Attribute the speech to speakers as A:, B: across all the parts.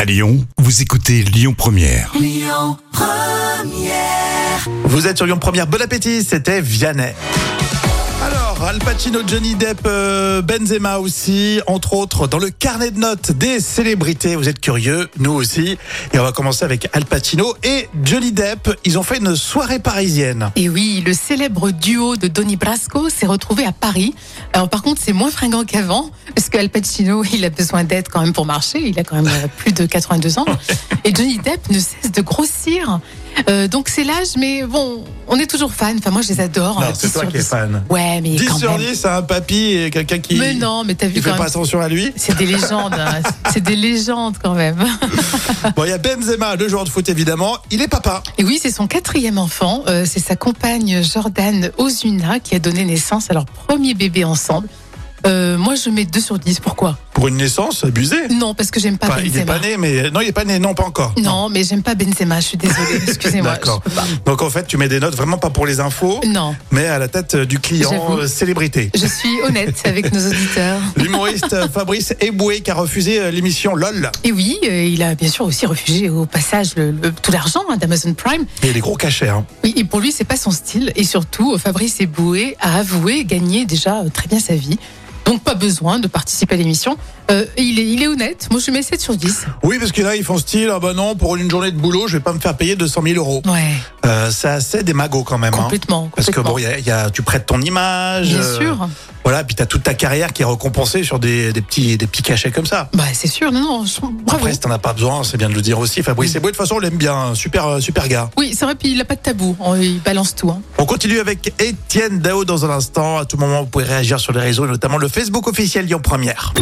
A: À Lyon, vous écoutez Lyon Première.
B: Vous êtes sur Lyon Première. Bon appétit, c'était Vianney. Alors, Al Pacino, Johnny Depp, euh, Benzema aussi, entre autres, dans le carnet de notes des célébrités. Vous êtes curieux, nous aussi. Et on va commencer avec Al Pacino et Johnny Depp. Ils ont fait une soirée parisienne.
C: Et oui, le célèbre duo de Donny Brasco s'est retrouvé à Paris. Alors par contre, c'est moins fringant qu'avant, parce qu'Al Pacino, il a besoin d'aide quand même pour marcher. Il a quand même euh, plus de 82 ans. Et Johnny Depp ne cesse de grossir. Euh, donc c'est l'âge, mais bon, on est toujours fan. Enfin, moi, je les adore.
B: Non,
C: Euh,
B: c'est
C: 10
B: toi
C: sur
B: qui es
C: 10.
B: fan.
C: Ouais, mais
B: 10
C: quand
B: sur
C: même.
B: 10, c'est un papy et quelqu'un qui
C: Mais non, mais t'as
B: qui
C: vu
B: fait
C: quand
B: pas
C: même.
B: attention à lui.
C: C'est des légendes, hein. c'est des légendes quand même.
B: Bon, il y a Benzema, le joueur de foot évidemment. Il est papa.
C: Et oui, c'est son quatrième enfant. Euh, c'est sa compagne Jordan Ozuna qui a donné naissance à leur premier bébé ensemble. Euh, moi, je mets 2 sur 10. Pourquoi
B: Pour une naissance abusée.
C: Non, parce que j'aime pas
B: Enfin, il est
C: Benzema.
B: pas né, mais non, il est pas né, non, pas encore.
C: non, mais j'aime pas Benzema. Je suis désolée. Excusez-moi.
B: D'accord.
C: je peux pas.
B: Donc en fait, tu mets des notes vraiment pas pour les infos,
C: Non,
B: mais à la tête euh, du client
C: J'avoue.
B: euh, célébrité.
C: je suis honnête avec nos auditeurs.
B: L'humoriste euh, Fabrice Eboué qui a refusé euh, l'émission LOL.
C: Et oui, euh, il a bien sûr aussi refusé au passage le- le- tout l'argent hein, d'Amazon Prime.
B: Et les gros cachets. hein.
C: Oui, et pour lui, c'est pas son style. Et surtout, euh, Fabrice Eboué a avoué gagner déjà euh, très bien sa vie. Donc, pas besoin de participer à l'émission. Euh, il, est, il est honnête. Moi, je lui mets 7 sur 10.
B: Oui, parce que là, ils font style, ah bah non, pour une journée de boulot, je vais pas me faire payer 200 000 euros.
C: Ouais,
B: Euh, c'est assez des magots quand même. hein.
C: complètement.
B: Parce que bon,
C: complètement.
B: il y a- il y a- tu prêtes ton image.
C: Bien
B: euh,
C: sûr.
B: Voilà, puis t'as toute ta carrière qui est récompensée sur des, des petits, des petits cachets comme ça.
C: Bah, c'est sûr. Non, non, je- bravo.
B: Après, si t'en as pas besoin, c'est bien de le dire aussi. Fabrice Eboué, de toute façon, on l'aime bien. hein. Super, euh, super gars.
C: Oui, c'est vrai, puis il a pas de tabou. On- Il balance tout. hein.
B: On continue avec Étienne Dao dans un instant. À tout moment, vous pouvez réagir sur les réseaux, notamment le Facebook officiel Lyon Première.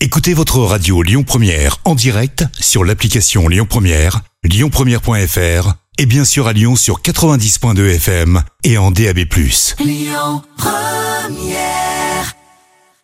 A: Écoutez votre radio Lyon Première en direct sur l'application Lyon Première, lyonpremière.fr et bien sûr à Lyon sur 90.2 FM et en DAB+.